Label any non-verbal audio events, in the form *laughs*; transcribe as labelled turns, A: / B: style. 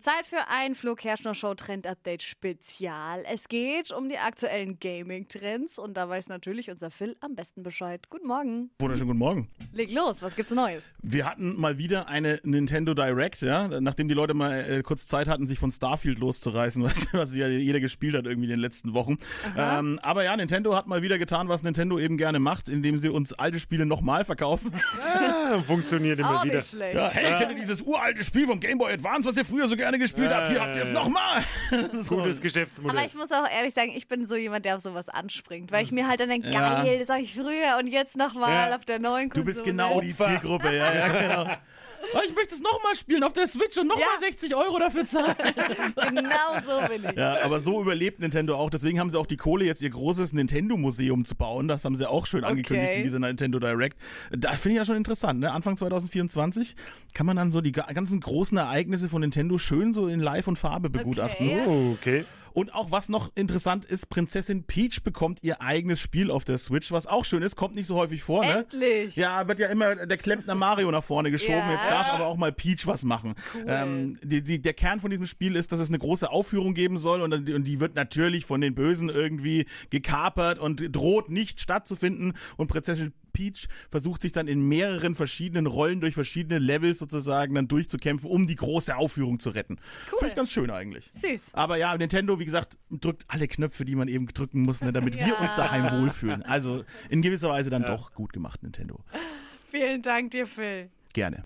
A: Zeit für ein Flo Kerschner Show Trend Update Spezial. Es geht um die aktuellen Gaming Trends und da weiß natürlich unser Phil am besten Bescheid. Guten Morgen.
B: Wunderschönen guten Morgen.
A: Leg los, was gibt's Neues?
B: Wir hatten mal wieder eine Nintendo Direct, ja, nachdem die Leute mal äh, kurz Zeit hatten, sich von Starfield loszureißen, *laughs* was, was ja jeder gespielt hat irgendwie in den letzten Wochen. Ähm, aber ja, Nintendo hat mal wieder getan, was Nintendo eben gerne macht, indem sie uns alte Spiele nochmal verkaufen.
C: Ah, funktioniert immer
A: Auch
C: wieder.
A: nicht schlecht.
B: Ja, hey, kennt ihr dieses uralte Spiel vom Game Boy Advance, was ihr früher so gerne gespielt habt? Hier habt ihr es nochmal. *laughs* So.
C: Gutes Geschäftsmodell.
A: Aber ich muss auch ehrlich sagen, ich bin so jemand, der auf sowas anspringt, weil ich mir halt dann denke,
B: Ja.
A: geil, das habe ich früher und jetzt nochmal
C: Ja.
A: auf der neuen
B: Du
A: Konsole.
B: bist genau die Zielgruppe, *laughs* ja, ja, genau. Oh, Ich möchte es nochmal spielen auf der Switch und nochmal
A: Ja.
B: 60 Euro dafür zahlen.
A: Genau so bin ich.
B: *laughs* Ja, aber so überlebt Nintendo auch. Deswegen haben sie auch die Kohle, jetzt ihr großes Nintendo-Museum zu bauen. Das haben sie auch schön angekündigt
A: Okay.
B: in dieser Nintendo Direct. Da finde ich ja schon interessant. Ne? Anfang 2024 kann man dann so die ga- ganzen großen Ereignisse von Nintendo schön so in Live und Farbe begutachten.
A: Okay.
C: Oh, okay.
B: Und auch was noch interessant ist, Prinzessin Peach bekommt ihr eigenes Spiel auf der Switch, was auch schön ist, kommt nicht so häufig vor. Ne?
A: Endlich.
B: Ja, wird ja immer der Klempner Mario nach vorne geschoben.
A: Ja.
B: Jetzt darf aber auch mal Peach was machen. Ähm, die, die, der Kern von diesem Spiel ist, dass es eine große Aufführung geben soll und, dann- und die wird natürlich von den Bösen irgendwie gekapert und droht nicht stattzufinden und Prinzessin Peach versucht sich dann in mehreren verschiedenen Rollen durch verschiedene Levels sozusagen dann durchzukämpfen, um die große Aufführung zu retten. Cool. Finde ich ganz schön eigentlich.
A: Süß.
B: Aber ja, Nintendo, wie gesagt, drückt alle Knöpfe, die man eben drücken muss, ne, damit wir uns daheim wohlfühlen. Also in gewisser Weise dann doch gut gemacht, Nintendo.
A: Vielen Dank dir, Phil.
B: Gerne.